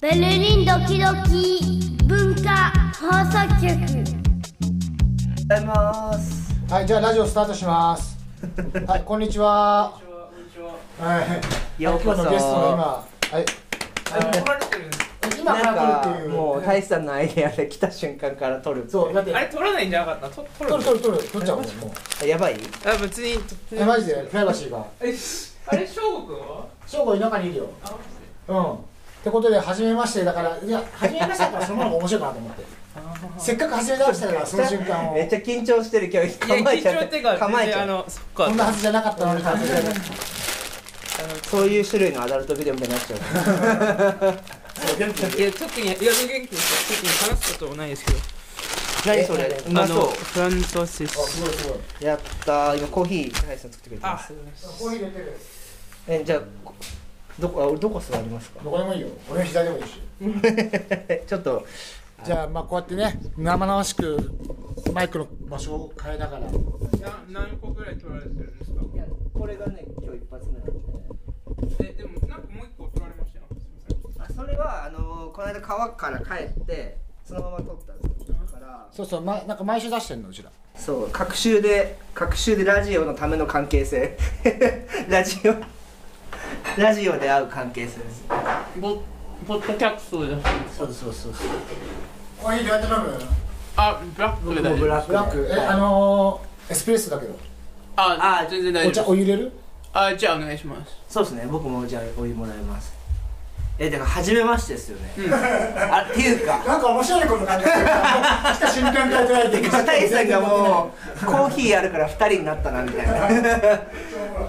ベルリンドキドキ文化放送局ございます。はい、じゃあラジオスタートし ます。はい、こんにちは。はい、ようこそ今日のゲストの今、はい、今から来るっていう。もう大志さんのアイデアで来た瞬間から撮るってそう、だってあれ取らないんじゃなかったと取取るる取る取る取っちゃうもんもう。あやばいあ別にえマジでプライバシーが。えあれ翔吾くんは正午中にいるよ。あうん。ってことで初めましてだからいや初めましてだからその方が面白いかなと思って。せっかく初めましてだからその瞬間を。めっちゃ緊張してる今日構えいちやゃ緊っ張ってていうか構えちゃ全然あうのそっこかんなはずじゃなかったのに感じで。そういう種類のアダルトビデオみたいになっちゃういや特にいや元気ですよ特に話すこともないですけど何それうまあのそフラントシあすスごいすごい。うやったー今コーヒー大志さん作ってくれてますコーヒー入れてる。えじゃあこどこあ俺どこ座ります かどこでもいいよ。俺の膝でもいいし。えちょっとじゃあまあこうやってね生々しくマイクの場所を変えながら。な何個ぐらい取られてるんですかいやこれがね今日一発目なんでえでもなんかもう一個取られましたよあそれはあのーこの間川から帰ってそのまま撮ったんですよだからそうそう、ま、なんか毎週出してんのうちらそう隔週で隔週でラジオのための関係性 ラジオラジオで会う関係性ですボポッドキャストでそうそうそうコーヒーどうやって飲むあブラッ僕もブラックブラックえ、ああのー、エスプレッソだけどああ全然お茶お湯入れるあじゃあお願いしますそうですね僕もじゃあお湯もらいますえだから初めましてですよね、うんあっていうか なんか面白いこと考えて る来た瞬間から捉えて片井さんがもうコーヒーあるから2人になったなみたいな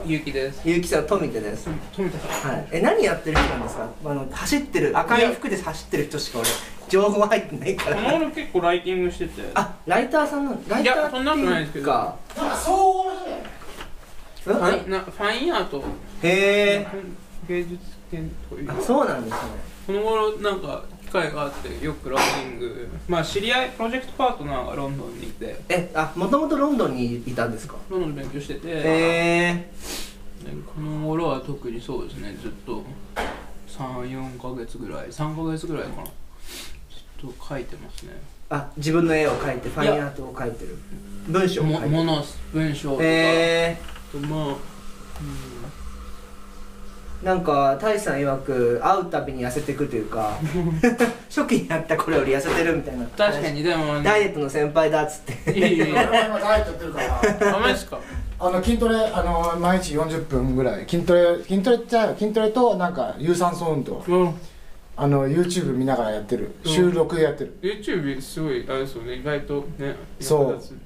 ゆうきです 結城さん富田です、はい、え何やってる人なんですかあの走ってる赤い服で走ってる人しか俺情報入ってないかこらの頃結構ライティングしててあライターさんなのライいターやそんなことないですってけいうどかうなんか総合の人だよねうんファインなファインアートへえ芸術研というそうなんですねこの頃なんか機会があってよくランニングまあ知り合いプロジェクトパートナーがロンドンにいてえあもともとロンドンにいたんですかロンドンで勉強してて、へこの頃は特にそうですねずっと34ヶ月ぐらい3ヶ月ぐらいかなずっと書いてますねあ自分の絵を描いてファインアートを描いてる文章をも描いてもの文章とるか、へえとまあ、なんかタイさん曰く会うたびに痩せていくというか初期にやった頃より痩せてるみたいな確かにでもダイエねットの先輩だっつっていやいやい俺やも今ダイエットやってるからダメです かあの筋トレあのー毎日40分ぐらい筋トレ筋トレじゃない筋トレとなんか有酸素運動うんあの YouTube 見ながらやってるうん収録でやってる YouTube すごいあれですよね意外とねそう役立つ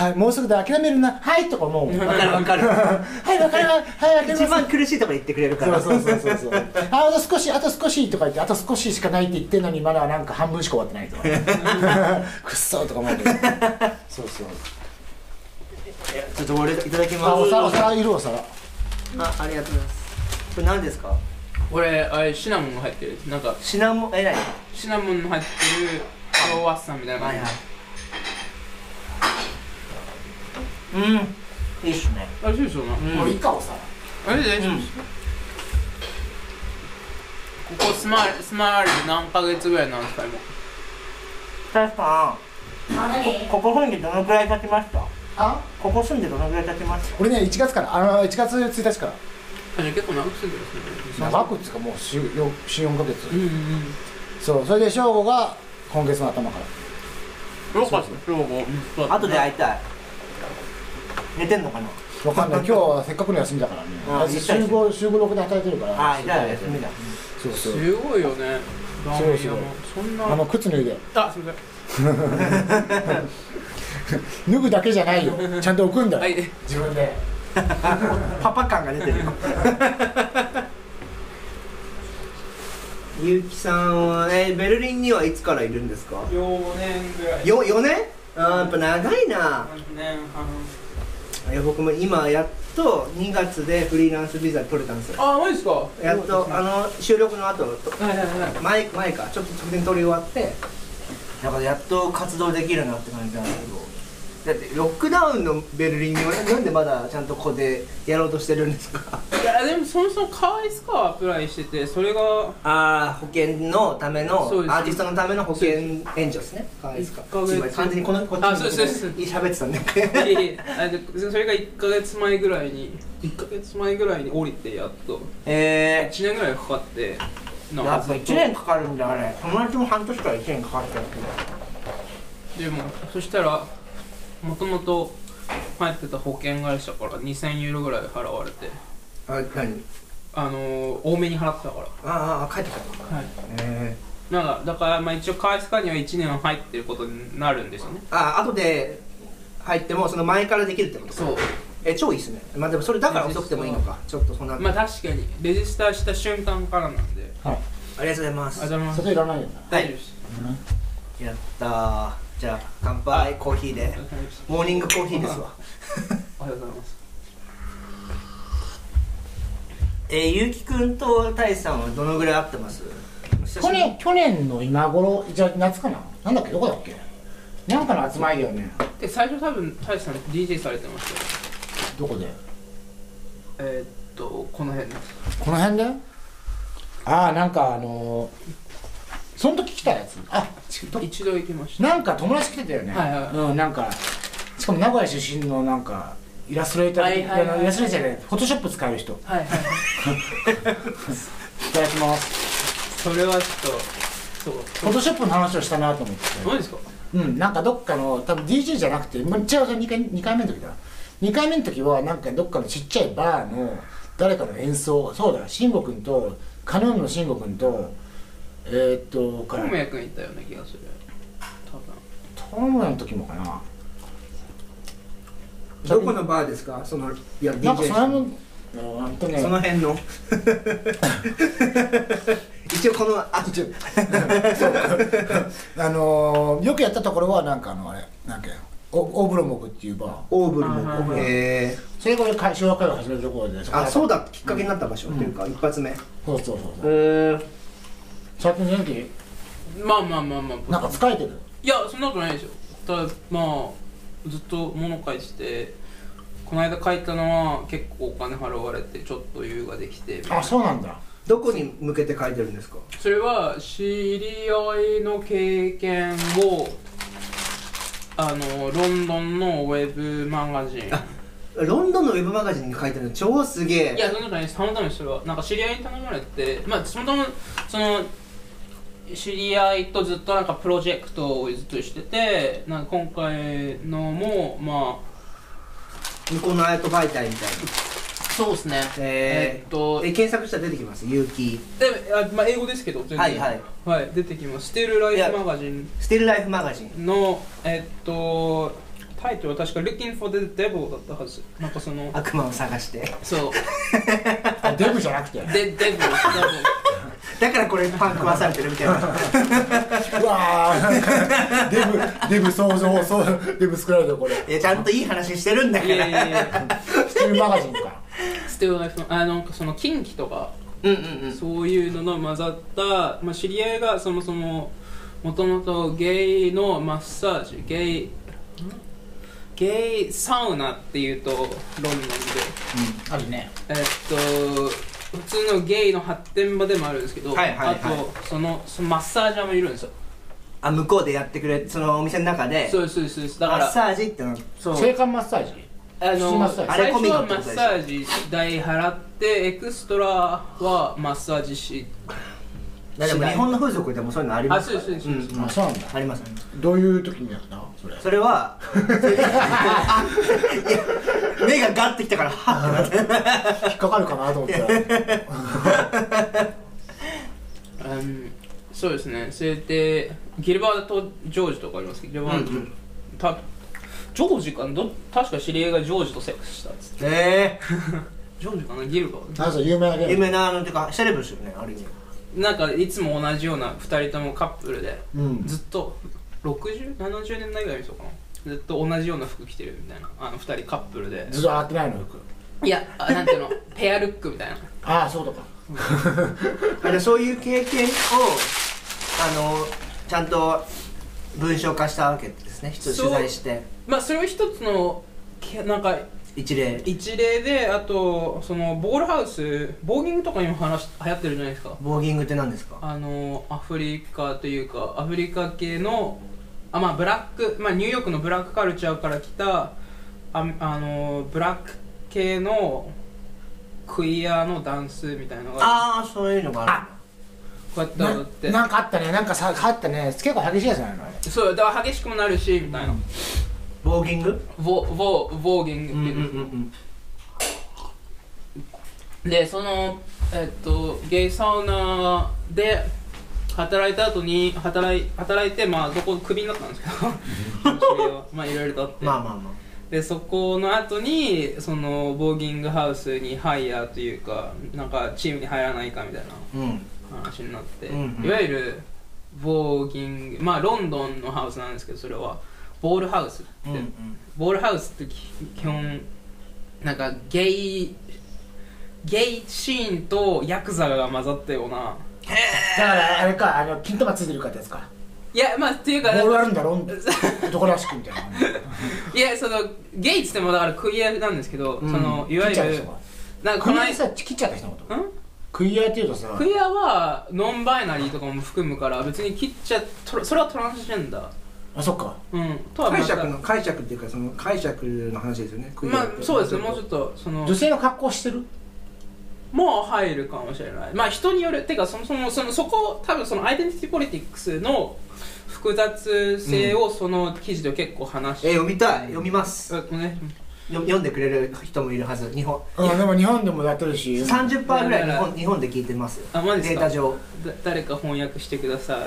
はいもうすぐで諦めるなはいとかもうはいわかるわかるわかりますはい 諦一めます番苦しいところ言ってくれるかそうらそうそうそうそう ああと少しあと少しとか言ってあと少ししかないって言ってるのにまだなんか半分しか終わってない とかねくっそーとか思うけどそうそうちょっと俺いただきますあお皿お皿いるお皿あありがとうございますこれ何ですか俺あれシナモンが入ってるなんかシナモンえ何シナモンの入ってるクロワッサンみたいなは感いじ、はいうんいいっすね美味しいですよな、うんもういいかお皿あれ大丈夫です、ここスマスマイルで何ヶ月ぐらいなんですか今タイさあんここ住んでどのくらい経ちましたあここ住んでどのくらい経ちました俺ね1月からあの1月1日からあじゃあ結構長く住んでますね長くっつうかもう44ヶ月うんうんそうそれで翔吾が今月の頭からロカスロゴ後で会いたい寝てんのかなわ かんない今日はせっかくの休みだからねうんあいつ週合週合6で働いてるからあいたい休みだそうそうすごいよねラーメン屋もそんなあの靴脱いであすみま脱ぐだけじゃないよちゃんと置くんだよ、せんはい自分でパパ感が出てる ゆうきさんは、えベルリンにはいつからいるんですか4年ぐらいよ4年あーやっぱ長いな4年半いや僕も今やっと2月でフリーランスビザ取れたんですよあマジですかやっとはいあの収録の後とはいはい前前かちょっと直前撮り終わってだからやっと活動できるなって感じなんだけどだってロックダウンのベルリンはなんでまだちゃんとここでやろうとしてるんですかいやでもそもそもカワイスカはアプライしててそれがああ保険のためのアそうですーティストのための保険援助ですねかわいいですか一ヶ月すごい完全にこのこっちあそうですそうですに喋ってたんでいやいやあでそれが1ヶ月前ぐらいに1ヶ月前ぐらいに降りてやっと え1年ぐらいかかってー、 なんやかっずぱっ1と年かかるんだあれ友達も半年から1年かかってたけどでもそしたらもともと入ってた保険会社から2000ユーロぐらい払われてあ何あのー、多めに払ってたからあーあー帰ってきたのかはいえなんかだからまあ一応カイスカには1年入ってることになるんですよねー、ああ後で入ってもその前からできるってことそうえ超いいっすねまあでもそれだから遅くてもいいのかちょっとそんな、まあ確かにレジスターした瞬間からなんではいありがとうございまあすりがとうございますそれいらないよなはい大丈夫ですやったーじゃあ乾杯コーヒーでありがとうございますモーニングコーヒーですわおはようございますえー、ゆうきくんとたいさんはどのぐらい会ってます去年去年の今頃じゃあ夏かななんだっけどこだっけなんかの集まりだよねで最初多分大志さん DJ されてましたよどこでえー、っとこの辺ですこの辺でああなんかあのー、その時来たやつあちど一度行きましたなんか友達来てたよね、はいはいはいうんなんかしかも名古屋出身のなんかイラストレーター、はいはいはいあのイラストレーターじゃないフォトショップ使える人いはいはいただきますそれはちょっとそうフォトショップの話をしたなと思って何ですかうん、なんかどっかの多分 DJ じゃなくて、まあ、違う違う2回 ,2 回目の時だ2回目の時はなんかどっかのちっちゃいバーの誰かの演奏そうだ慎吾君とカヌーンの慎吾君とえー、っとか小宮君行ったような気がする多分トムヤの時もかなどこのバーですかそのいや DJ なんかそれもあんとねその辺の一応このあちょあのー、よくやったところはなんかあのあれなんかオオブロモクっていうバーオーブルあはいもはオいーブルえそれが俺会小学会を始めるところでー、あそううだきっかけになった場所、というか一発目へそうそうそうそうえ最近元気まあまあまあまあなんか疲れてるいやそんなことないでしょただまあずっと物書いててこの間書いたのは結構お金払われてちょっと優雅できてみたいなあそうなんだどこに向けて書いてるんですかそれは知り合いの経験をあのロンドンのウェブマガジンロンドンのウェブマガジンに書いてるの超すげえいやそんなことないですたまたまですそれはなんか知り合いに頼まれてまあそもそもその知り合いとずっとなんかプロジェクトをずっとしててなんか今回のもま向こうのアート媒体みたいなあそうですねえーえっとえ検索したら出てきますゆうきであまあ、英語ですけど全然はいはい、はい、出てきます「ステルライフマガジンステルライフマガジン」のえっとタイトルは確か「Looking for the Devil」だったはずなんかその悪魔を探してそうあデブじゃなくて「 でデブ」だからこれパン食わされてるみたいなう わーなんかデブデブ想像そうデブ作られたよこれいやちゃんといい話してるんだ「かいやらいやいやスチームマガジンかステルライフの」あなんかその近畿とかうんうんうんそういうのの混ざった、まあ、知り合いがそもそももともとゲイのマッサージゲイんゲイサウナっていうとロンドンであるねえっと普通のゲイの発展場でもあるんですけど、はいはいはいあとそのそのマッサージャーもいるんですよあ向こうでやってくれそのお店の中でそうですそうですそうですだかマッらサージってのそう性感マッサージあ普通マのッサージあ最れ初は込みだマっッてことでしょサージ代払ってエクストラはマッサージしだでも日本の風俗でもそういうのありますからあそうですそうですんんあそうなんだありますどういう時にやったそれそれ はあいや目がガッてきたからはっってなって引っかかるかなと思ったらうんそうですねそれでギルバート・ジョージとかありますけどギルバート・うんうんたジョージかなど確か知り合いがジョージとセックスしたっつってえジョージかなギルバートあそう有名なゲえーム夢なあのてかセレブですよねある意味なんかいつも同じような2人ともカップルでうんずっと6070年代ぐらいの人かなずっと同じような服着てるみたいなあの2人カップルでずっと洗ってないの服いやあなん ていうのペアルックみたいなああそうとかあれそういう経験をあのちゃんと文章化したわけですですね人をそう取材してまあそれは一つのけなんか一例一例であとそのボールハウスボーギングとか今話し流行ってるじゃないですかボーギングって何ですかあのアフリカというかアフリカ系のあ、まあ、ブラック、まあ、ニューヨークのブラックカルチャーから来たああのブラック系のクイアのダンスみたいなのがああそういうのがあるこうやってな踊ってなんかあったねなんかさあったね結構激しいやつじゃないのあれそうだから激しくもなるしみたいな、ボーギングボボボーギングっていう、んでそのえっとゲイサウナで働いた後に働い働いてまあどこクビになったんですけどそれは まあいろいろとあってまあまあまでそこの後にそのボーギングハウスにハイヤーというかなんかチームに入らないかみたいあうんな話になって、うんうんいわゆるボーギングまあロンドンのハウスなんですけどそれはボールハウスって、うんうんボールハウスってき基本なんかゲイゲイシーンとヤクザが混ざったようなだからあれかあの金玉ついてるかってやつかいやまあっていうボかールあるんだろ男らしくみたいな いやそのゲイっつってもだからクイアなんですけど、そのいわゆ切っちゃうる人がなんかこクイのアって間さ切っちゃった人のことんクイアっていうとさクイアはノンバイナリーとかも含むから別に切っちゃトラそれはトランスジェンダーあそっかうんとはま解た釈の解釈っていうかその解釈の話ですよねクイアまあってそうですねもうちょっとその女性の格好してるもう入るかもしれないまあ人によるてかそもそもそのそこ多分そのアイデンティティポリティクスの複雑性をその記事で結構話して、え読みたい読みますえっとねよ読んでくれる人もいるはず日本うんでも日本でもやってるし30%ぐらい日だか本日本で聞いてますよあマジですデーかタ上だ誰か翻訳してください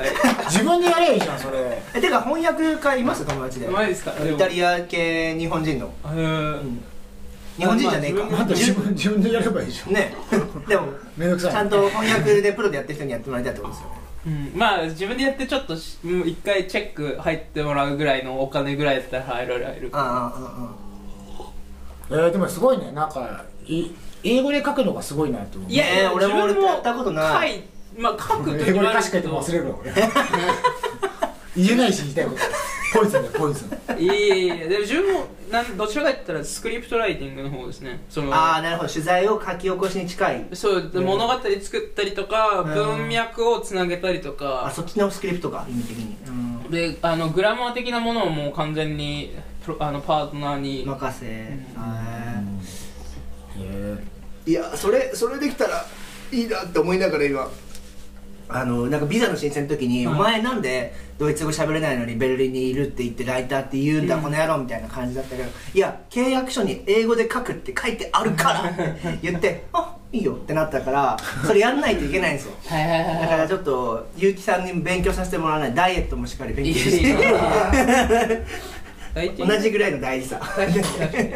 自分でやればいいじゃんそれえてか翻訳家います友達でマジですかでイもタリア系日本人のえー日本人じゃねえか、まなんで自分自分でやればいいじゃんね でもめんどくちさいゃんと翻訳でプロでやってる人にやってもらいたいってことですよねうん、まあ自分でやってちょっとしもう一回チェック入ってもらうぐらいのお金ぐらいだったら入られるあああああえー、でもすごいねなんかい英語で書くのがすごいなって思ういいやいやね俺も自分俺やったことない書いまあ書くと英 語で確かに忘れるわ俺言えないし言いたいことポイズンだよポイズンいやいやいやでも自分もなんどちらかと言ったらスクリプトライティングの方ですねそのああなるほど取材を書き起こしに近いそうで物語作ったりとかん文脈をつなげたりとあかそっちのスクリプトか意味的にうんであのグラマー的なものをもう完全にプロあのパートナーに任せ、あへいやそれそれできたらいいなって思いながら今ーあのなんかビザの申請の時に、うんお前なんでドイツ語喋れないのにベルリンにいるって言ってライターって言うんだ、この野郎みたいな感じだったけどいや契約書に英語で書くって書いてあるからって言ってあいいよってなったからそれやんないといけないんですよはいはいはいだからちょっと結城さんに勉強させてもらわないダイエットもしっかり勉い強いしいいてライティン グ同じぐらいの大事さ確かに確かに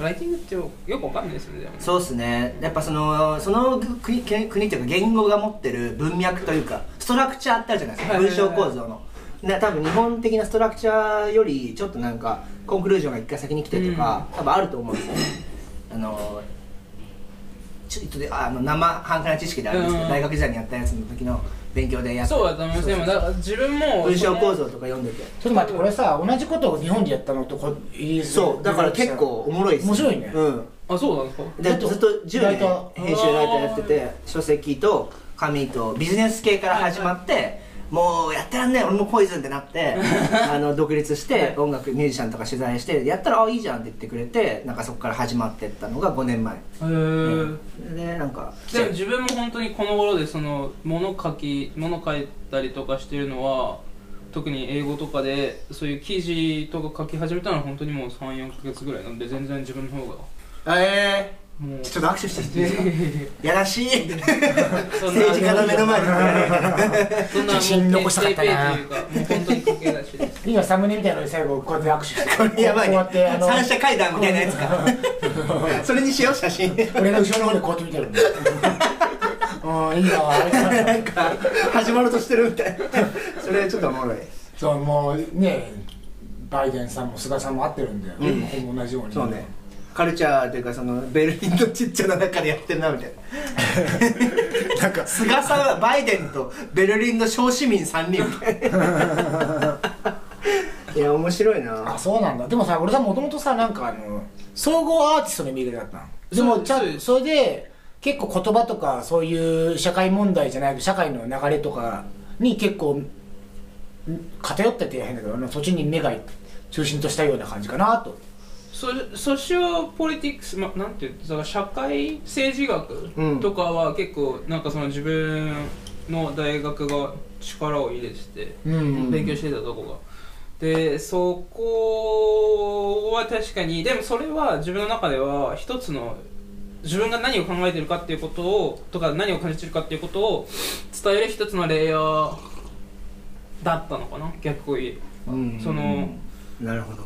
ライティングってよくわかんないですよねでもねそうですねやっぱそのその国国国というか言語が持ってる文脈というかストラクチャーってあるじゃないですかはいは文いはい章構造の。な多分日本的なストラクチャーよりちょっとなんかコンクルージョンが一回先に来てとか、多分あると思うんですよねあのちょっとであの生半可な知識であるんですけど、うん大学時代にやったやつの時の勉強でやったそうだと思いますでもだから自分も文章構造とか読んでてちょっと待ってこれさ同じことを日本でやったのとこイギリスでそうだから結構おもろいです面白いねうんあそうなんですかでだとずっと10ライタ年ー編集ライターやってて書籍と紙とビジネス系から始まって、もうやってらんねえ俺もポイズンってなって あの独立して音楽ミュージシャンとか取材してやったらあいいじゃんって言ってくれてなんかそこから始まってったのが5年前へーでなんかでも自分も本当にこの頃でその物書き物書いたりとかしてるのは特に英語とかでそういう記事とか書き始めたのは本当にもう34ヶ月ぐらいなんで全然自分の方がえ もうー、ちょっと握手していいですかやらしいそんな政治家の目の前でそんなもう写真残したかったな KPI というかもう本当に書け出しです今サムネみたいなのに最後こうやって握手してこ れやばいこうねやってあの三者会談みたいなやつ かそれにしよう写真俺の後ろの方でこうやって見てるんだ うんいいなあれなんか 始まるとしてるみたいな それちょっとおもろいそうもうねバイデンさんも菅さんも合ってるんだよ、うんほぼ同じようにそうねカルチャーというかそのベルリンのちっちゃな中でやってるなみたいななんか 菅さんはバイデンとベルリンの小市民3人みたいないや面白いあなそうなんだでもさ俺さもともとさなんかあの総合アーティストの見入れだったのでもそうちゃそうでんすそれで結構言葉とかそういう社会問題じゃないけど社会の流れとかに結構ん偏ってて変だけどあのそっちに目が中心としたような感じかなとソソシオポリティクス、ま、なんていうだから社会政治うん学とかは結構なんかその自分の大学が力を入れてて、うん勉強してたとこがでそこは確かにでもそれは自分の中では一つの自分が何を考えてるかっていうことをとか何を感じてるかっていうことを伝える一つのレイヤーだったのかな逆を言えば、うんそのなるほど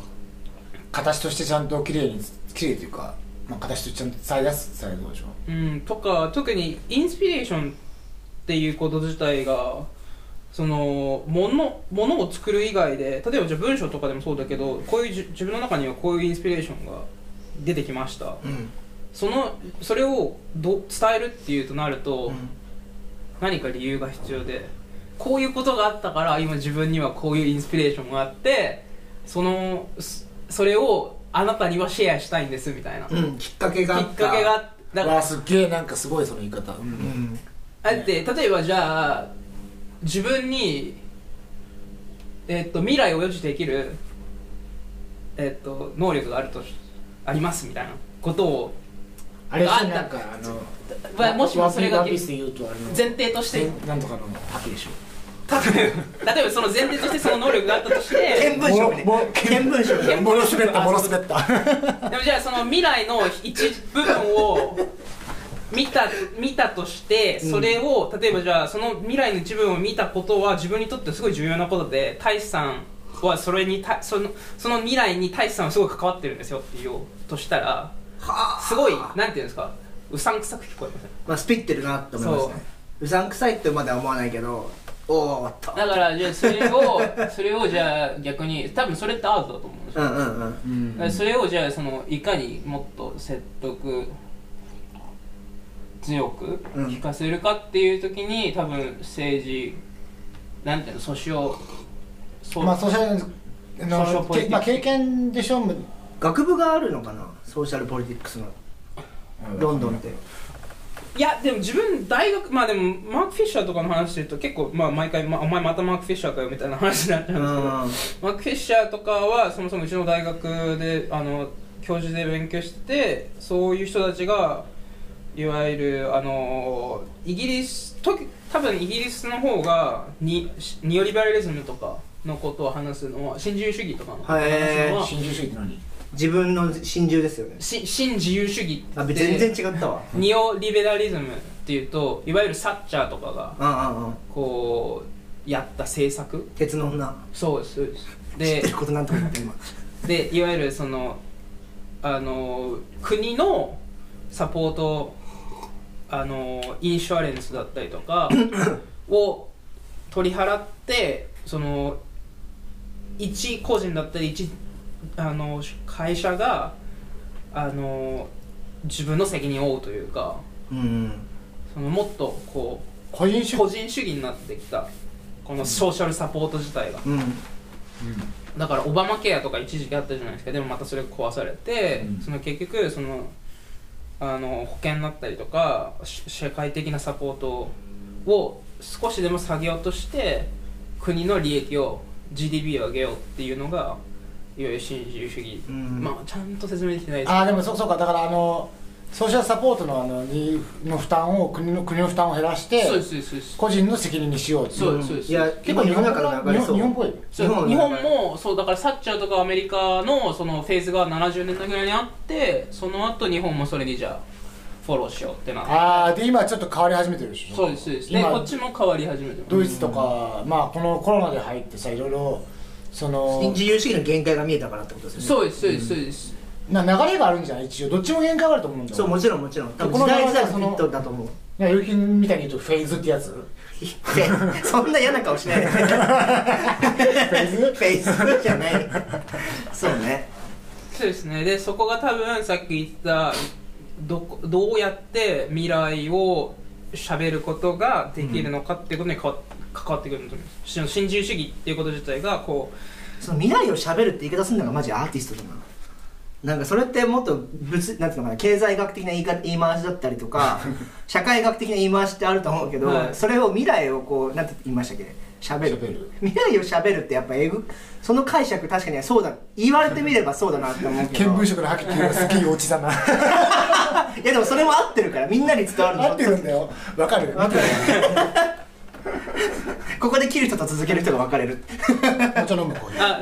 形としてちゃんと綺麗に綺麗というか、まあ、形としてちゃんと伝え出す伝えることでしょうん、とか特にインスピレーションっていうこと自体がそのものものを作る以外で例えばじゃあ文章とかでもそうだけどこういうじ自分の中にはこういうインスピレーションが出てきました、そのそれをど伝えるっていうとなると、何か理由が必要でこういうことがあったから今自分にはこういうインスピレーションがあってそのそそれをあなたにはシェアしたいんですみたいな、きっうんきっかけがあったかけがあっだからわあすっげえなんかすごいその言い方、うんうんだって例えばじゃあ自分に、えっと未来を予知できる、えっと能力があるとしありますみたいなことをあれあしんたなんかあのまあもしもそれワがンピース前で言うとあの提としてなんとかのパケでしょ例えばその前提としてその能力があったと して見聞色ねもも見聞色もろ滑ったもろ滑ったでもじゃあその未来の一部分を見た見たとしてそれを、例えばじゃあその未来の一部を見たことは自分にとってすごい重要なことで大志さんはそれにたそのその未来に大志さんはすごい関わってるんですよって言おうとしたらすごいなんていうんですかうさんくさく聞こえませんまあスピってるなって思いますねうさんくさいってまでは思わないけどおお終わっただからじゃあそれをそれをじゃあ逆に多分それってアートだと思うんですようんうんうんだからそれをじゃあそのいかにもっと説得強くうん聞かせるかっていう時に多分政治なんていうの訴訟そうまあソーシャルあソーシャルのポリティけまあ経験でしょ学部があるのかなソーシャルポリティックスのロンドンっていやでも自分大学まあでもマーク・フィッシャーとかの話してると結構まあ毎回、まあ、お前またマーク・フィッシャーかよみたいな話になっちゃううんですけどんマーク・フィッシャーとかはそもそもうちの大学であの教授で勉強しててそういう人たちがいわゆるあのイギリスと多分イギリスの方がにニオリベラリズムとかのことを話すのは新自由主義とかの話すへのーは、新自由主義って何自分の心中ですよねし新自由主義あって全然違ったわニオリベラリズムっていうといわゆるサッチャーとかがうんうんうんこうやった政策鉄の女そうですそうです知っでてることなんとか言って今でいわゆるそのあの国のサポートあのインシュアレンスだったりとかを取り払ってその一個人だったり一あの会社があの自分の責任を負うというかうんそのもっとこ個人主義う個人主義になってきたこのソーシャルサポート自体がうんだからオバマケアとか一時期あったじゃないですかでもまたそれが壊されて、うんその結局そのあの保険だったりとかし社会的なサポートを少しでも下げようとして国の利益を GDP を上げようっていうのがいわゆる新自由主義、うんまあちゃんと説明できてないですああでもそうそうかだからあのソーシャルサポートのあのにの負担を国の国の負担を減らしてそうですそうですそうです個人の責任にしようっていそうですそうですいや結今構世日の本中のの流日れ本そう日本っぽいそう日本の日本中でもそうだからサッチャーとかアメリカのそのフェーズが70年代ぐらいにあってその後日本もそれにじゃあフォローしようってなってああで今ちょっと変わり始めてるでしょそうですそうですで今こっちも変わり始めてまドイツとか、まあこのコロナで入ってさいろいろその自由主義の限界が見えたからってことですすよねそうですそうですそうですな流れがあるんじゃない一応どっちも限界があると思うんだよそうもちろんもちろん多分時代時代のフィットだと思うなんかよりみたいに言うとフェーズってやつ そんな嫌な顔しないでフェイスフェイスじゃないそうねそうですねでそこが多分さっき言ったどこどうやって未来を喋ることができるのかっていうことにかわ関わってくるんだと思いますその新自由主義っていうこと自体がこうその未来を喋るって言い方するのがマジアーティストだななんかそれってもっと物なんていうのかな経済学的な言い方言い回しだったりと か社会学的な言い回しってあると思うけど、はいそれを未来をこうなんて言いましたっけ喋る喋る未来を喋るってやっぱえぐその解釈確かにそうだ言われてみればそうだなって思うけ見ど 聞色の覇気っていうのがすっげえ落ち様いやでもそれも合ってるからみんなに伝わるの合ってるんだよわかる合ってここで切る人と続ける人が分かれるお茶飲む子であ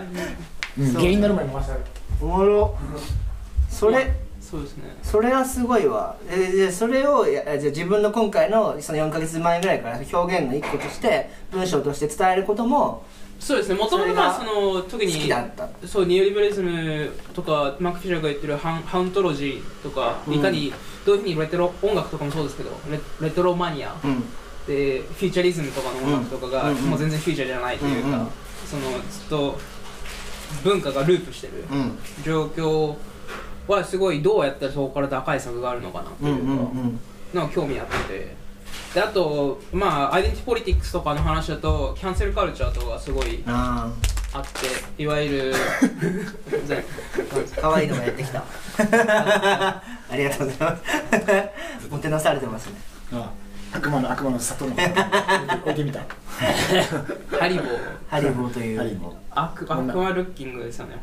うん下痢になる前に回してあるおもろそれそうですねそれはすごいわえーでそれをいやじゃあ自分の今回のその4ヶ月前ぐらいから表現の一個として文章として伝えることもそうですねもともとまあその特好にきだったそうニオリベリズムとかマック・フィシャーが言ってるハンハウントロジーとか、いかにどういうふうにレトロ音楽とかもそうですけどレレトロマニアうんでフィーチャリズムとかの音楽とかが、うんうんうんもう全然フィーチャーじゃないというか、うんうんそのずっと文化がループしてるうん状況はすごいどうやったらそこから打開策があるのかなってういんうか、うんうんの興味あってであとまあアイデンティティポリティックスとかの話だとキャンセルカルチャーとかすごいああっていわゆるあ可愛いのがやってき たありがとうございますもてなされてますねああ悪魔の悪魔の里の置いてみたハリボーハリボーというハリーも悪悪魔ルッキングですよね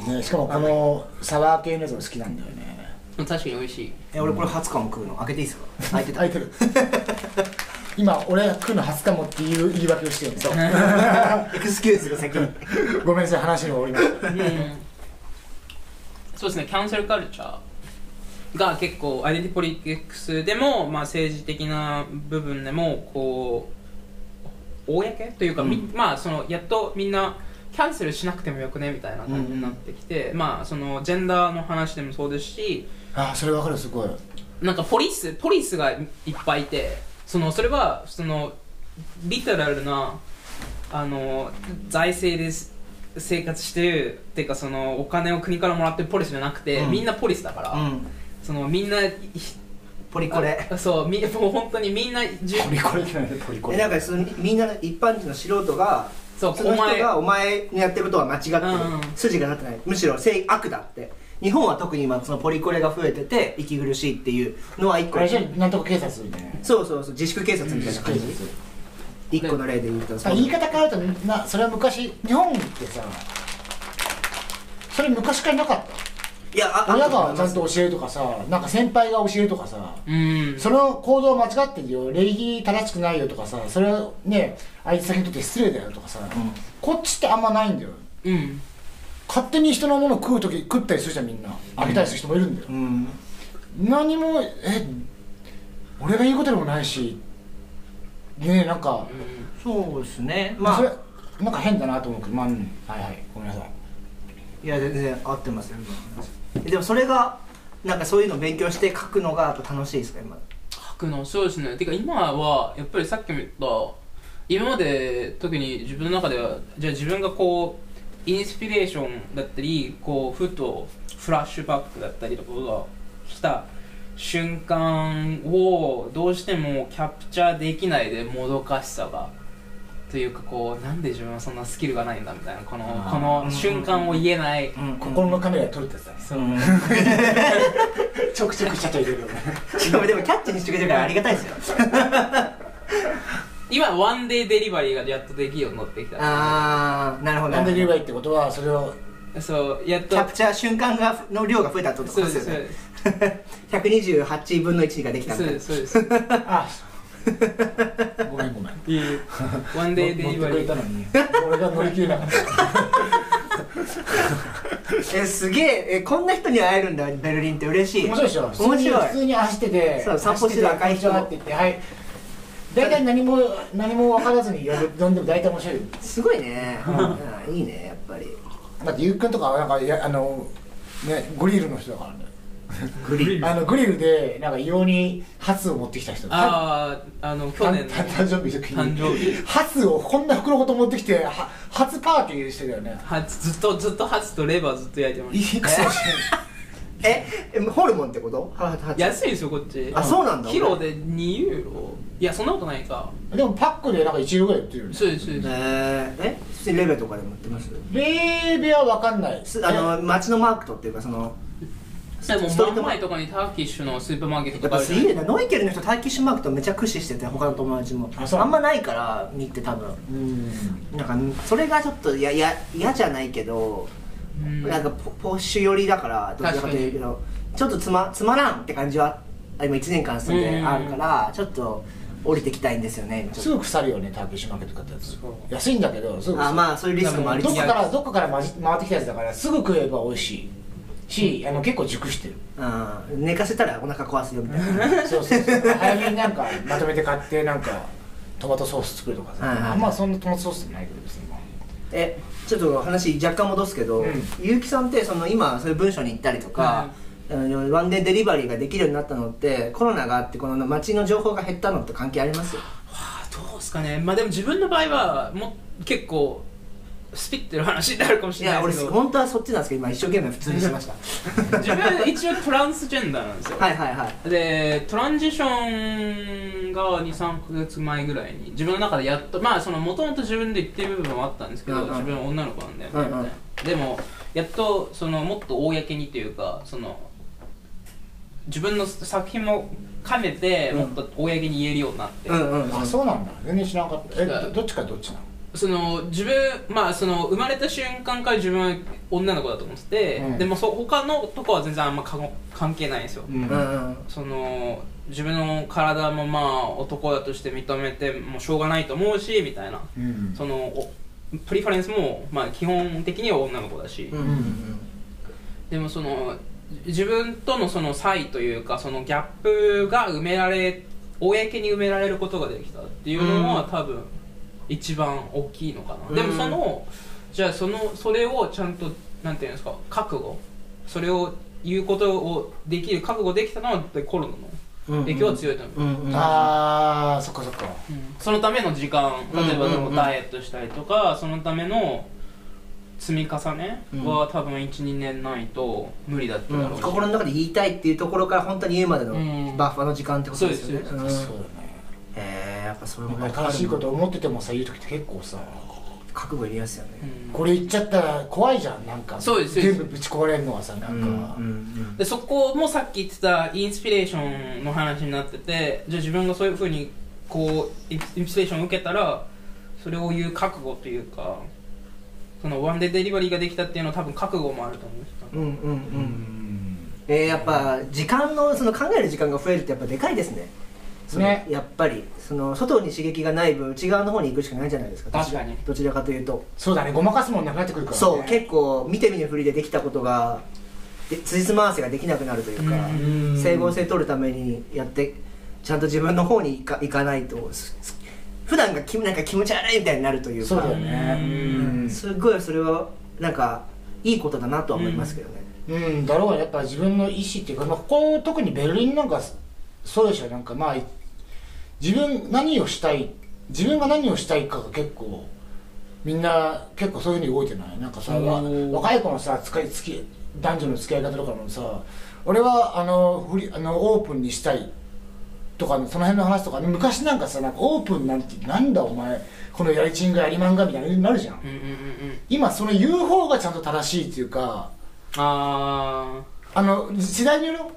本ねしかもこのサワー系のやつも好きなんだよね当に確かに美味しいえ俺これ初かも食うの開けていいですか開いてた空いてる今俺来るの初かもっていう言い訳をしてるんですよエクスキューズが先にごめんなさい話に終わりましたそうですねキャンセルカルチャーが結構アイデンティポリティックスでも、まあ、政治的な部分でもこう公というか、みまあそのやっとみんなキャンセルしなくてもよくねみたいな感じになってきて、まあそのジェンダーの話でもそうですしあそれわかるすごいなんかポリスポリスがいっぱいいてそのそれはそのリテラルなあの財政です生活してるっていうかそのお金を国からもらってるポリスじゃなくて、うんみんなポリスだから、うんそのみんなポリコレあそうみ もう本当にみんなじゅポリコレじゃないポリコえレなんかそのみんなの一般人の素人がそうそのお前人がお前のやってることは間違ってる、うんうん筋が立ってないむしろ正悪だって日本は特に今そのポリコレが増えてて息苦しいっていうのは一個これじゃなんとか警察みたいなそうそうそう自粛警察みたいな感じ一個の例で言うとそあの言い方変えるとなそれは昔日本ってさそれ昔からなかったいやあ親あと思がいちゃまんすと教えるとかさなんか先輩が教えるとかさうんその行動間違ってるよ礼儀正しくないよとかさそれはねあいつ先にとって失礼だよとかさ、こっちってあんまないんだようん勝手に人のもの食う時食ったりするじゃんみんなあげたりする人もいるんだよ、うん何もえ俺が言うことでもないしねえなんか、そうですねまそれあなんか変だなと思うけどまあ、うんはいはいごめんなさいいや全然合ってますよでもそれがなんかそういうのを勉強して書くのがやっぱ楽しいですか今書くのそうですねてか今はやっぱりさっきも言った今まで特に自分の中ではじゃあ自分がこうインスピレーションだったりこうふとフラッシュバックだったりとかが来た瞬間をどうしてもキャプチャーできないでもどかしさがというかこうなんで自分はそんなスキルがないんだみたいなこのあーこの瞬間を言えない、うん心のカメラで撮れてたねそうちょくちょくちゃちゃ入れるよねし かもでもキャッチにしてくれてるからありがたいですよ今ワンデーデリバリーがやっとできるようになってきたああなるほどななるほんでど言えばいいってことはそれをそうやっキとャプチャー瞬間がの量が増えたってことそうでですすよそうねです128分の1ができたみたそういでなすそうですあごめんごめんワンデーデ乗っリてバくリれたーのに俺が乗り切れなかったえすげええこんな人に会えるんだベルリンって嬉しい面白いでしょ面白い普通に走っててそう散歩してた赤い人走っててこんにちはって言ってはい大体何も何も分からずに呼ぶ呼んでも大体面白いよすごいね、うんいいねやっぱりだってゆうくんとかはなんかいやあのねグリルの人だからねグリ あのグリルでなんか異様にハツを持ってきた人あああの去年の誕誕生日の時に誕生日ハツをこんな袋ごと持ってきてはハツパーティーしてたよねハツずっとずっとハツとレバーずっと焼いてましいくそええホルモンってことはは安いですよこっちあそうなんだキロで2ユーロいやそんなことないかでもパックでなんか1ユーロぐらい売ってるよねそうですそうでえす、ー、え普通にレベとかでも売ってますレーベは分かんないすあの街のマークトっていうかそのでもストリー真トん前とかにターキッシュのスーパーマーケットやとっかあぱるすじゃげえないなノイケルの人ターキッシュマークとめちゃ駆使してて他の友達もあそうあんまないから見て多分うんなんかそれがちょっといやいや嫌じゃないけど、うんなんかポポッシュ寄りだからどっちかというとちょっとつまつまらんって感じはあ今1年間住んであるからちょっと降りてきたいんですよね今ちすょっぐ腐るよねターキッシュマーケット買ったやつそう安いんだけどすとぐ腐るあまあそういうリスクもありどつっつかからどっかから回回ってきたやつだからすぐ食えば美味しいしあの結構熟してるうん寝かせたらお腹壊すよみたい なそうそうそう早めになんかまとめて買ってなんかトマトソース作るとかはいはいさあんまそんなトマトソースってないけど別にえちょっと話若干戻すけど、うん結城さんってその今そういう文章に行ったりとか、あのワンデーデリバリーができるようになったのってコロナがあってこの街の情報が減ったのと関係ありますあどうですかねまあでも自分の場合はもう結構スピってる話になるかもしいれなやいで俺すけど本当はそっちなんですけど今一生懸命普通にし ました自分一応トランスジェンダーなんですよはいはいはいでトランジションが23ヶ月前ぐらいに自分の中でやっとまあそのもともと自分で言ってる部分はあったんですけど、うんうん自分は女の子なんだよね、うんうんみたいなでもやっとそのもっと公にというかその自分の作品も兼ねてもっと公に言えるようになって、うんうんあそうなんだ全然知らなかったえ違どうどっちかどっちなのその自分まあその生まれた瞬間から自分は女の子だと思ってて、うんでもそ他のとこは全然あんまかご関係ないんですよ、うんうんその自分の体もまあ男だとして認めてもしょうがないと思うしみたいなうんそのおプリファレンスもまあ基本的には女の子だし、うんうんでもその自分とのその差異というかそのギャップが埋められ公に埋められることができたっていうのは多分一番大きいのかな、うんでもそのじゃあそのそれをちゃんとなんていうんですか覚悟それを言うことをできる覚悟できたのはやっぱりコロナのうん影響は強いと思う、うんうんあーそっかそっかうんそのための時間例えばうんうんうんでもダイエットしたりとか、そのための積み重ねは多分12年ないと無理だっただろうし、心の中で言いたいっていうところから本当に言うまでのうんバッファーの時間ってことですよねそうそんうへだねえやっぱそれもなんか新しいこと思っててもさ言う時って結構さ覚悟いりますよねうんこれ言っちゃったら怖いじゃんなんかそうですそうで全す部ぶち壊れるのはさなんかうんうんでそこもさっき言ってたインスピレーションの話になっててじゃあ自分がそういうふうにこうインインスピレーションを受けたらそれを言う覚悟というかそのワンデーデリバリーができたっていうのは多分覚悟もあると思うんですようんうんうんううんんえーやっぱ時間のその考える時間が増えるってやっぱでかいですねそのねやっぱりその外に刺激がない分内側の方に行くしかないじゃないですか確かにどちらかというとそうだねごまかすもんなくなってくるからねそう結構見て見ぬふりでできたことがで辻褄合わせができなくなるというかうん整合性取るためにやってちゃんと自分の方にいか行かないとすす普段がきなんか気持ち悪いみたいになるというかそうだよねうんすごいそれはなんかいいことだなとは思いますけどね、うんだろうがやっぱ自分の意思っていうか、まあ、ここ特にベルリンなんかそうでしょなんかまあい自分何をしたい自分が何をしたいかが結構みんな結構そういうふうに動いてないなんかさわうん若い子のさ使い付き男女の付き合い方とかもさ俺はあのフリあのオープンにしたいとかのその辺の話とか昔なんかさなんかオープンなんてなんだお前このやりちんがやりまんがみたいになるじゃんうんうんうんうん今その言う方がちゃんと正しいっていうかああの時代によるよ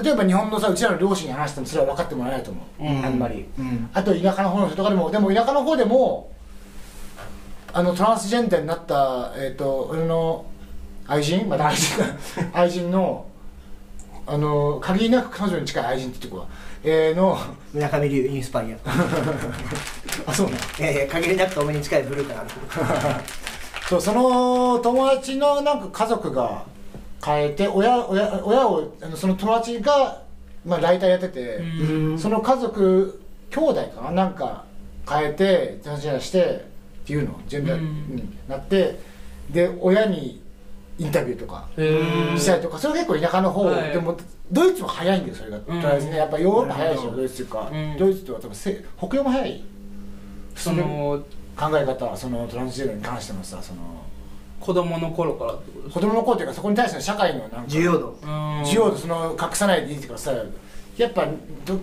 例えば日本のさうちらの両親に話してもそれは分かってもらえないと思う、うんあんまり、うんあと田舎の方の人とかでもでも田舎の方でもあのトランスジェンダーになったえっ、と俺の愛人また愛人愛人のあの限りなく彼女に近い愛人ってとこはえー、の村上龍インスパイアあそうねいやいや限りなくお目に近いブルーかなそうその友達のなんか家族が変えて親親親をあのその友達が、まあ、ライターやってて、ーうんその家族兄弟かななんか変えてジャンジャンしてっていうのジェンダーうんになってで親にインタビューとかへーしたりとかそれ結構田舎の方はいでもドイツも早いんですよそれがとうんりあえずねやっぱヨーロッパ早いでしなるょほどドイツっていうかうんドイツとは多分せ北欧も早いその考え方そのトランスジェンダーに関してのさその子供の頃からってことです子供の頃というかそこに対しての社会のなんか重要度か需要とその隠さないでいいとかさやっぱど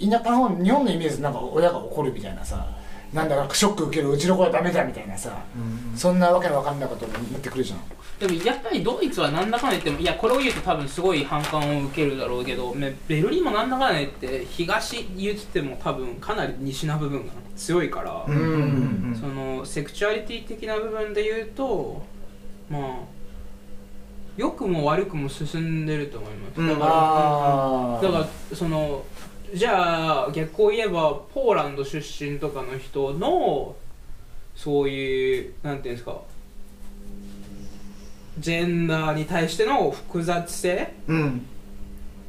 田舎の方日本のイメージでなんか親が怒るみたいなさなんだかショック受けるうちの子はダメだみたいなさ、そんなわけのわかんないことになってくるじゃんでもやっぱりドイツはなんだかんだ言ってもいやこれを言うと多分すごい反感を受けるだろうけどねベルリンもなんだかんだ言って東言っても多分かなり西な部分が強いから、うんそのセクチュアリティ的な部分で言うとまあ良くも悪くも進んでると思います、うんだからあだからそのじゃあ逆を言えばポーランド出身とかの人のそういうなんていうんですかジェンダーに対しての複雑性うん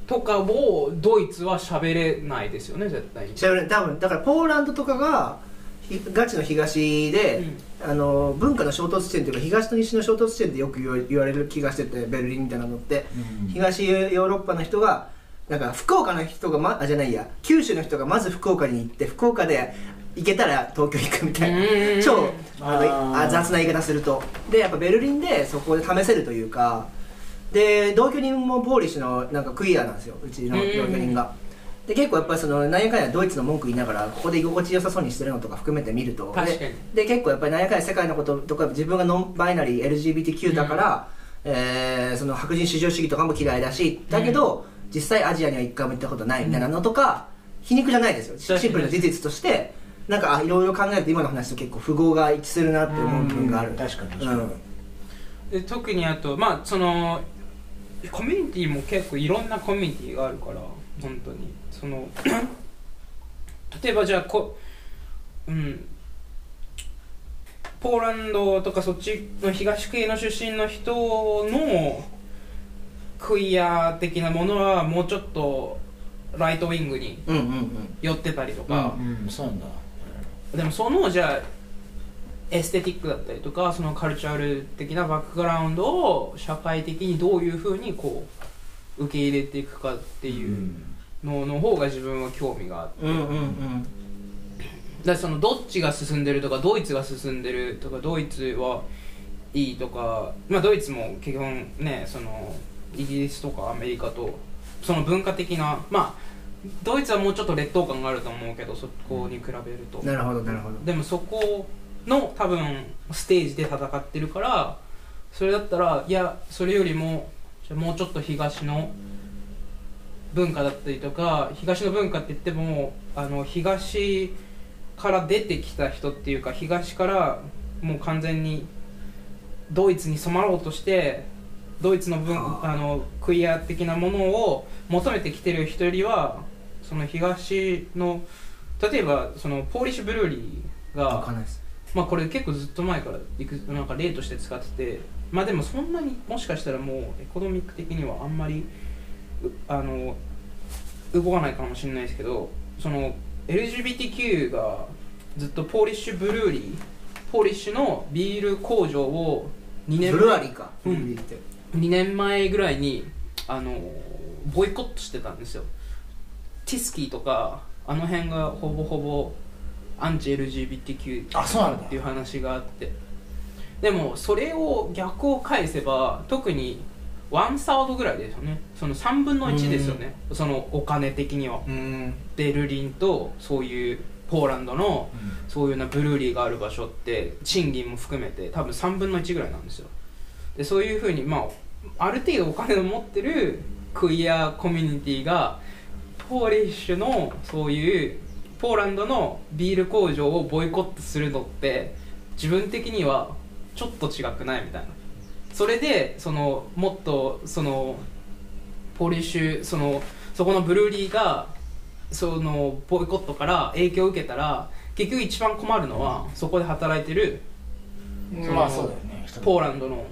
とかをドイツは喋れないですよね絶対に。調べる多分だからポーランドとかがひガチの東で、あの文化の衝突地点というか東と西の衝突地点ってよく言わ言われる気がしててベルリンみたいなのって、東ヨーロッパの人がなんか福岡の人が、ま、あじゃないや九州の人がまず福岡に行って福岡で行けたら東京行くみたうんうんういんな超ああのーあ雑な言い方するとでやっぱベルリンでそこで試せるというかで同居人もポーリッシュのなんかクイアなんですようちのうんうんう同ん居人が。で結構やっぱりその何やかんやドイツの文句言いながらここで居心地良さそうにしてるのとか含めて見ると確かにでで結構やっぱり何やかんや世界のこととか自分がノンバイナリー LGBTQ だから、えーその白人至上主義とかも嫌いだしだけど、実際アジアには一回も行ったことないみたいなのとか、皮肉じゃないですよ確かにシンプルな事実としてなんかあいろいろ考えると今の話と結構符号が一致するなって思う部分がある、うん確かに確うかにんで特にあとまあそのコミュニティも結構いろんなコミュニティがあるから本当にその 例えばじゃあこうんポーランドとかそっちの東系の出身の人のクイア的なものはもうちょっとライトウィングにうんうんうん寄ってたりとうか、ん、うん、そうなんだでもそのじゃあエステティックだったりとかそのカルチャール的なバックグラウンドを社会的にどういうふうにこう受け入れていくかってういうんのの方が自分は興味があってうんうんうんだからそのどっちが進んでるとかドイツが進んでるとかドイツはいいとかまあドイツも基本ねそのイギリスとかアメリカとその文化的なまあドイツはもうちょっと劣等感があると思うけどそこに比べると。なるほどなるほどでもそこの多分ステージで戦ってるからそれだったらいやそれよりもじゃあもうちょっと東の文化だったりとか東の文化って言ってもあの東から出てきた人っていうか東からもう完全にドイツに染まろうとしてドイツの文あのクイア的なものを求めてきてる人よりはその東の例えばそのポーリッシュブルーリーわかがんないですまあこれ結構ずっと前からいくなんか例として使っててまあでもそんなにもしかしたらもうエコノミック的にはあんまりうあの動かないかもしれないですけどその LGBTQ がずっとポーリッシュブルーリーポーリッシュのビール工場を2年ブルワリーかうんブルワリーって2年前ぐらいにあのボイコットしてたんですよティスキーとかあの辺がほぼほぼアンチ LGBTQ あそうなんだっていう話があってでもそれを逆を返せば特にワンサードぐらいですよねその3分の1ですよねそのお金的にはうんベルリンとそういうポーランドのそういうようなブルーリーがある場所って賃金も含めて多分3分の1ぐらいなんですよでそういうふうにまあある程度お金を持ってるクイアコミュニティがポーリッシュのそういうポーランドのビール工場をボイコットするのって自分的にはちょっと違くないみたいなそれでそのもっとそのポーリッシュそのそこのブルーリーがそのボイコットから影響を受けたら結局一番困るのはそこで働いてるうんまあそうだよねポーラランドの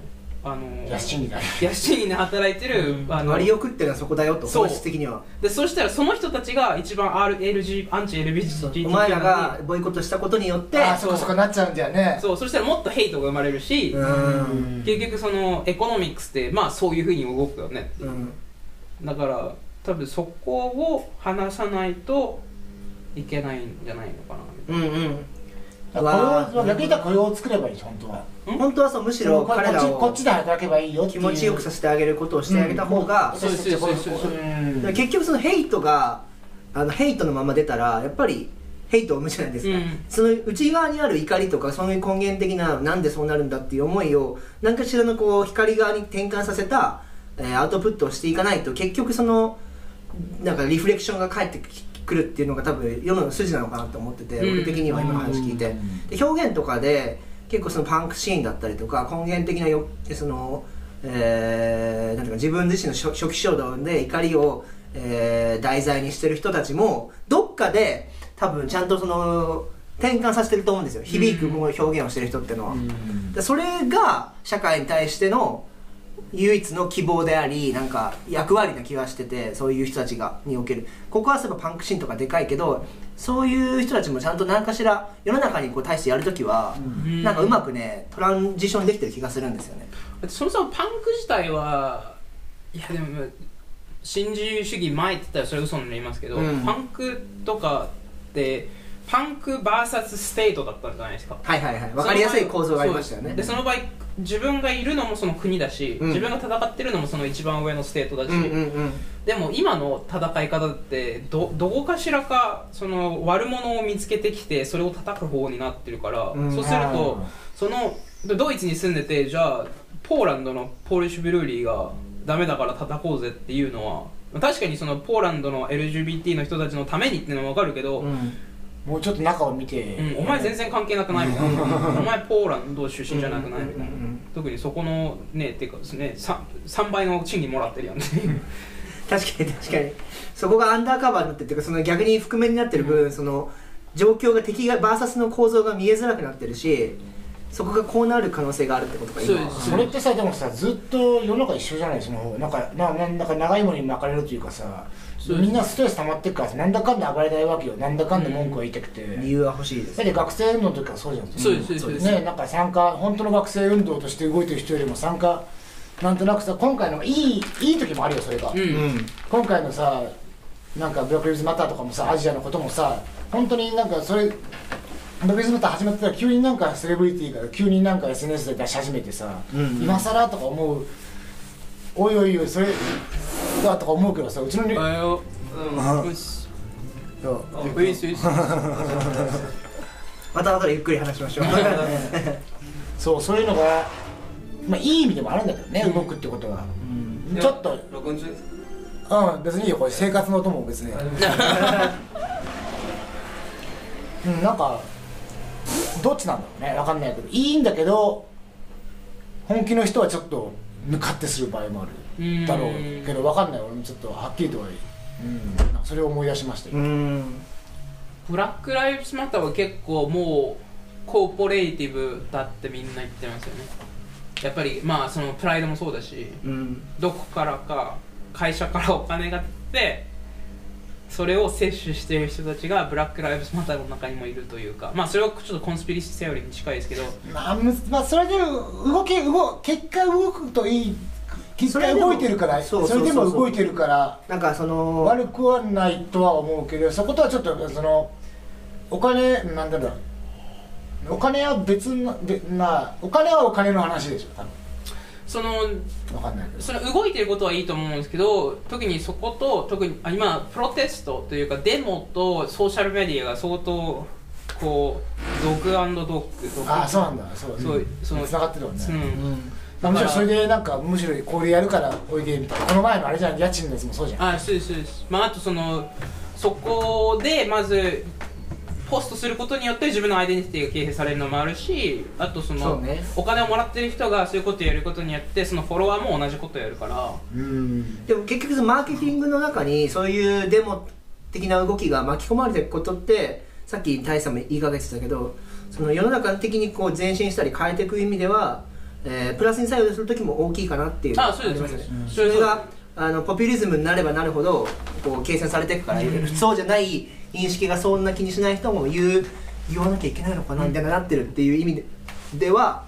あの安賃金だね安賃金で働いてる、うんあの割り送ってのはそこだよとそう本質的にはでそしたらその人たちが一番 RLG アンチ LBGT お前らがボイコットしたことによってあそこそこなっちゃうんだよねそうそしたらもっとヘイトが生まれるし、うん結局そのエコノミックスってまあそういうふうに動くよねうんだから多分そこを話さないといけないんじゃないのかなうんうん雇用は逆に言ったら雇用を作ればいい本当は本当はそうむしろこっ彼らちこをっちで働けばいいよってい気う持ちよくさせてあげることをしてあげた方が、そうですそうですそうですうん結局そのヘイトがあのヘイトのまま出たらやっぱりヘイトを生むじゃないですか、うんその内側にある怒りとかそういう根源的ななんでそうなるんだっていう思いを何かしらのこう光側に転換させた、えーアウトプットをしていかないと結局そのなんかリフレクションが返ってくるっていうのが多分世の筋なのかなと思ってて、うん俺的には今の話聞いて、で表現とかで結構そのパンクシーンだったりとか根源的なよその、えーなんていうか自分自身の初初期衝動で怒りを、えー題材にしてる人たちもどっかで多分ちゃんとその転換させてると思うんですよ響くもう表現をしてる人ってのは。でそれが社会に対しての唯一の希望でありなんか役割な気がしててそういう人たちがにおけるここはやっぱパンクシーンとかでかいけどそういう人たちもちゃんと何かしら世の中にこう対してやるときは、んなんかうまくねトランジションできてる気がするんですよね。そもそもパンク自体はいやでも新自由主義前って言ったらそれ嘘になりますけど、うんパンクとかってパンク VS ステートだったんじゃないですかはいはいはい分かりやすい構造がありましたよねそうですでその場合自分がいるのもその国だし、うん自分が戦ってるのもその一番上のステートだし、うんうんうんでも今の戦い方ってどどこかしらかその悪者を見つけてきてそれを叩く方になってるから、うんそうするとそのドイツに住んでてじゃあポーランドのポーリッシュ・ブルーリーがダメだから叩こうぜっていうのは確かにそのポーランドの LGBT の人たちのためにっていうのは分かるけど、うんもうちょっと中を見て、うんお前全然関係なくないみたいなお前ポーランド出身じゃなくないみうんうんたいなうんうん特にそこのねっていうかですね 3, 3倍の賃金もらってるやんっていう 確かに確かにそこがアンダーカバーになってるっていうかその逆に覆面になってる分、その状況が敵が VS の構造が見えづらくなってるしそこがこうなる可能性があるってことか今はそうですそれってさでもさずっと世の中一緒じゃないそのなんかなななんか長いものに巻かれるというかさそうですみんなストレス溜まってっからさなんだかんだ暴れないわけよなんだかんだ文句を言いたくて、理由は欲しいですだって学生運動の時からそうじゃん そうですそうですねなんか参加本当の学生運動として動いてる人よりも参加なんとなくさ今回のいいいい時もあるよそれが、うん今回のさなんかブラック・リブズ・マターとかもさアジアのこともさ本当になんかそれブラック・リブズ・マター始まってたら急になんかセレブリティが急になんか SNS で出し始めてさ、うんうん今更とか思うおいおいおいそれだとか思うけどさうちのにおはようよしあいいっすいいっすまた後でゆっくり話しましょうそうそういうのが、まあ、いい意味でもあるんだけどね動くってことは、ちょっと録音中ですかうん別にいいよこれ生活の音も別 にうんなんかどっちなんだろうねわかんないけどいいんだけど本気の人はちょっとムカってする場合もあうるんだろうけどわかんない俺もちょっとはっきりとはうんそれを思い出しまし たうよんブラック・ライブズ・マターは結構もうコーポレーティブだってみんな言ってますよねやっぱりまあそのプライドもそうだしうんどこからか会社からお金が出てそれを摂取している人たちがブラック・ライブズ・マターの中にもいるというかまあそれはちょっとコンスピリシーセオリーに近いですけどまあ、むまあ、それで動け動結果動くといい結それ果でも動いてるからそそうそうそうそうれでも動いてるからなんかその悪くはないとは思うけどそことはちょっとそのお金なんだろうお金は別のでまあお金はお金の話でしょ多その分わかんないけどその動いてることはいいと思うんですけど特にそこと特にあ今プロテストというかデモとソーシャルメディアが相当こうドッグドッグドああッそうなんだそうそうそのつながってるもんねグ、うん、まあむしろそれでなんかむしろこれやるからおいでみたいなこの前のあれじゃん家賃のやつもそうじゃんあそうですそうですまああとそのそこでまずポストすることによって自分のアイデンティティが形成されるのもあるしあとそのそうねお金をもらってる人がそういうことをやることによってそのフォロワーも同じことをやるからうんでも結局そのマーケティングの中にそういうデモ的な動きが巻き込まれていくことってさっき大佐も言いかけてたけどその世の中的にこう前進したり変えていく意味では、えープラスに作用する時も大きいかなっていうあそうですそうですそれがあのポピュリズムになればなるほどこう計算されていくからそうじゃない認識がそんな気にしない人も言う言わなきゃいけないのかなみたいななってるっていう意味ででは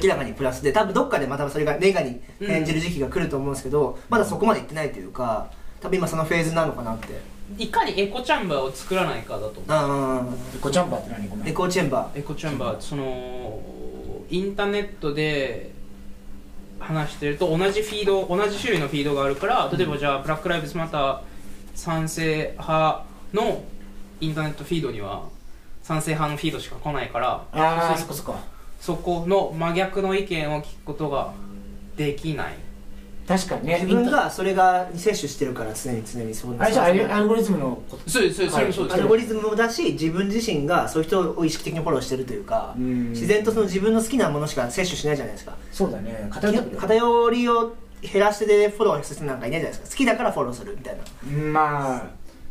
明らかにプラスで多分どっかでまたそれがネガに転じる時期が来ると思うんですけど、まだそこまでいってないというか多分今そのフェーズなのかなっていかにエコチャンバーを作らないかだと思うあエコチャンバーって何ごめーエんコーチェンバーエコチャンバーそのインターネットで話してると同じフィード同じ種類のフィードがあるから例えばじゃあ、ブラック・ライブズ・マター賛成派のインターネットフィードには賛成派のフィードしか来ないからああそそこそこそこの真逆の意見を聞くことができない確かにね自分がそれが摂取してるから常に常にそうあれじゃあアルアアルゴリズムのことそうですそれもそうです、ルゴリズムもだし自分自身がそういう人を意識的にフォローしてるというかうん自然とその自分の好きなものしか摂取しないじゃないですかそうだね偏ってくるよ偏りを減らしてでフォローする人なんかいないじゃないですか好きだからフォローするみたいなまあ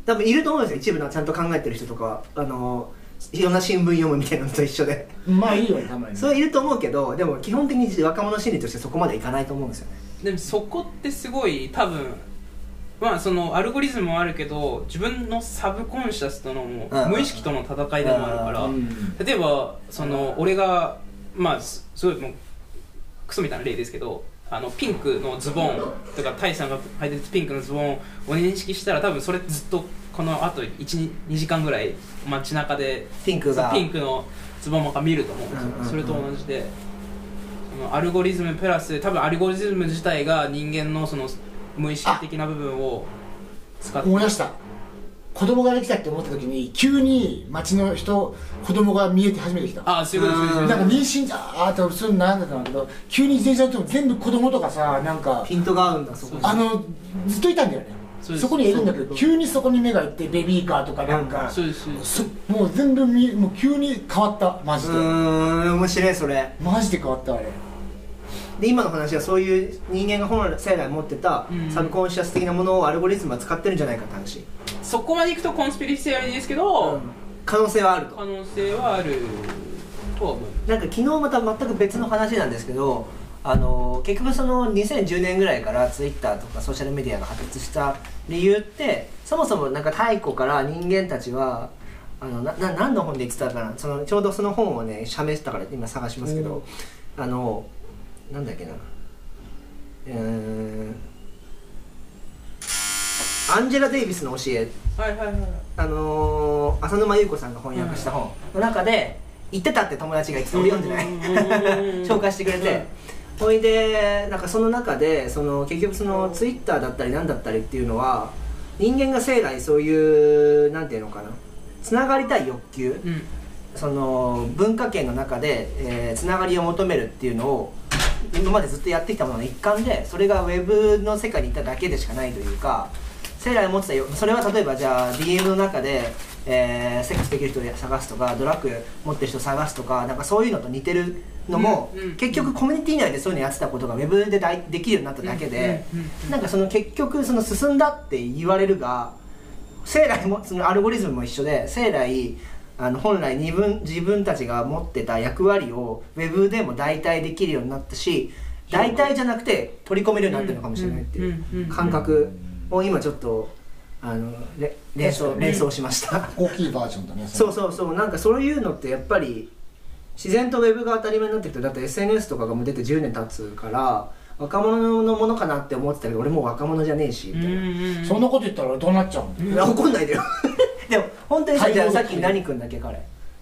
多分いると思うんですよ一部のちゃんと考えてる人とかあのいろんな新聞読むみたいなのと一緒でまあいいよねたまにそれいると思うけどでも基本的に若者心理としてそこまでいかないと思うんですよねでもそこってすごい多分まあそのアルゴリズムもあるけど自分のサブコンシャスとのもうん無意識との戦いでもあるから、うん例えばその俺がまあすすごいもうクソみたいな例ですけどあのピンクのズボンとかタイさんが履いてるピンクのズボンを認識したら多分それずっとこのあと12時間ぐらい街中でピンクがピンクのズボンもか見ると思うんですよ、うんうんうんそれと同じでそのアルゴリズムプラス多分アルゴリズム自体が人間のその無意識的な部分を使って思い出した子供ができたって思った時に急に街の人子供が見えて始めてきたああそういうことですそなういんうかことです妊娠ああって普通に悩んでたんだけど急に自転車乗っても全部子供とかさなんかピントが合うんだそこあのずっといたんだよねそうそですこにいるんだけど急にそこに目がいってベビーカーとかなんか、そうですそうですそもう全部みもう急に変わったマうジで、ーん面白いそれマジで変わったあれで今の話はそういう人間が本来生来持ってたうんサブコンシャス的なものをアルゴリズムは使ってるんじゃないかって話、そこまでいくとコンスピリシーありですけど、可能性はあると可能性はあるとは思いますなんか昨日また全く別の話なんですけどあの結局その2010年ぐらいからツイッターとかソーシャルメディアが発達した理由ってそもそもなんか太古から人間たちはあのなな何の本で言ってたかなそのちょうどその本をね喋ってたから今探しますけど、あのなんだっけなうーんアンジェラ・デイビスの教えはいはいはいあのー、浅沼優子さんが翻訳した本の中で「行ってた」って友達が言ってた俺読んでないうん紹介してくれてほいでなんかその中でその結局そのツイッターだったりなんだったりっていうのは人間が生来そういうなんていうのかなつながりたい欲求、うんその文化圏の中で、えーつながりを求めるっていうのを今までずっとやってきたものの一環でそれがウェブの世界にいただけでしかないというか生来持ってたよそれは例えばじゃあ DM の中で、えーセックスできる人を探すとかドラッグ持ってる人を探すとかなんかそういうのと似てるのも、うんうん結局コミュニティ内でそういうのやってたことがウェブでだいできるようになっただけで、うんうんうんうんなんかその結局その進んだって言われるが生来もそのアルゴリズムも一緒で生来あの本来自分自分たちが持ってた役割をウェブでも代替できるようになったし代替じゃなくて取り込めるようになってるのかもしれないっていううんうんうん感覚を今ちょっとあのれ連想連想しました。大きいバージョンだねそううそうそうなんかそういうのってやっぱり自然とウェブが当たり前になってきてだって SNS とかがもう出て10年経つから若者のものかなって思ってたけど俺もう若者じゃねえし、うんうんうんそんなこと言ったら俺どうなっちゃうの、いや 怒んないで よでも本当にさ対応じゃあできさるっき何君だっけ彼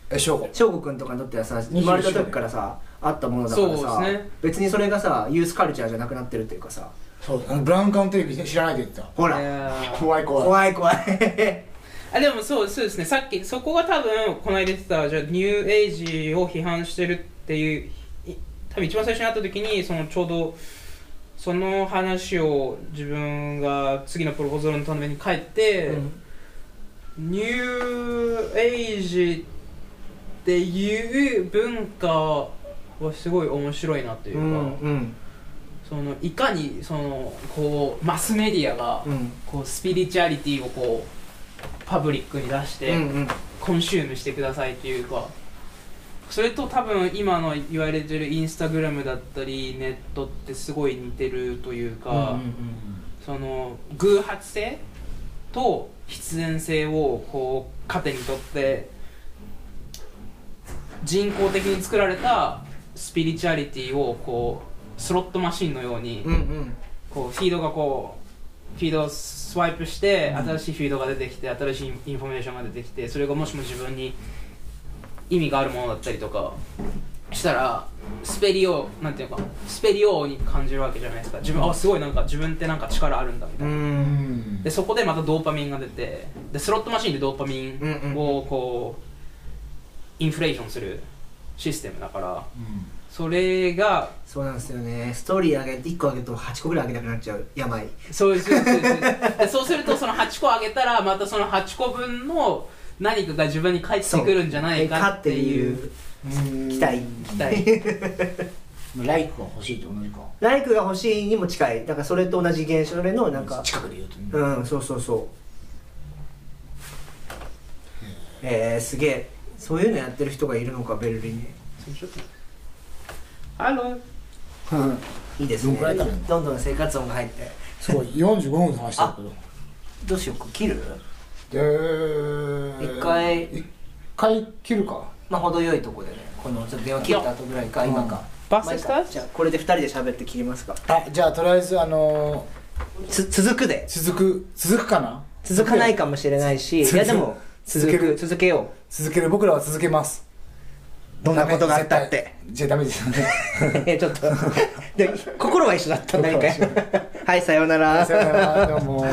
えしょうこ翔吾君とかにとってはさ生まれた時からさあったものだからそさ、うですね別にそれがさユースカルチャーじゃなくなってるっていうかさそうあのブラウンカンテレビ知らないで言ってたほら、いやー怖い怖い怖い怖 いあでもそうそうですねさっきそこが多分この間言ってたじゃあニューエイジを批判してるっていうい多分一番最初に会った時にそのちょうどその話を自分が次のプロポーザルのために帰って、ニューエイジっていう文化はすごい面白いなといううか、んうんそのいかにそのこうマスメディアがうんこうスピリチュアリティをこうパブリックに出して、うんうんコンシュームしてくださいっていうかそれと多分今の言われてるインスタグラムだったりネットってすごい似てるというか、その偶発性と必然性をこう糧にとって人工的に作られたスピリチュアリティをこうスロットマシンのようにうんうんこうフィードがこうフィードをスワイプして新しいフィードが出てきて新しいインフォメーションが出てきてそれがもしも自分に意味があるものだったりとかしたらスペリオなんていうかスペリオに感じるわけじゃないですか自分あすごいなんか自分ってなんか力あるんだみたいな。うんでそこでまたドーパミンが出てでスロットマシンでドーパミンをこうインフレーションするシステムだからそれがそうなんですよねストーリー上げて1個上げると8個ぐらい上げたくなっちゃう病そういうそうそうそうでそうするとその8個上げたらまたその8個分の何かが自分に返ってくるんじゃないかっていううん期待期待ライクが欲しいと同じかライクが欲しいにも近いだからそれと同じ現象でのなんか近くで言うとねうんそうそうそうえー、すげえそういうのやってる人がいるのかベルリンにあのうんいいですねどんくらいだろうどんどん生活音が入ってすごい45分話してるけどどうしよう切るで一回一回切るかまあ程よいとこでねこのちょっと電話切った後ぐらいか今かバスしたじゃあこれで2人で喋って切りますかあじゃあとりあえずあのつ続くでー続く続くかな続かないかもしれないしい続けやでも続続けくる続けよ続ける僕らは続けますうどんなことがあったってじゃあダメですよね えち ょっと で心は一緒だった何かはいさようなら さよならどうも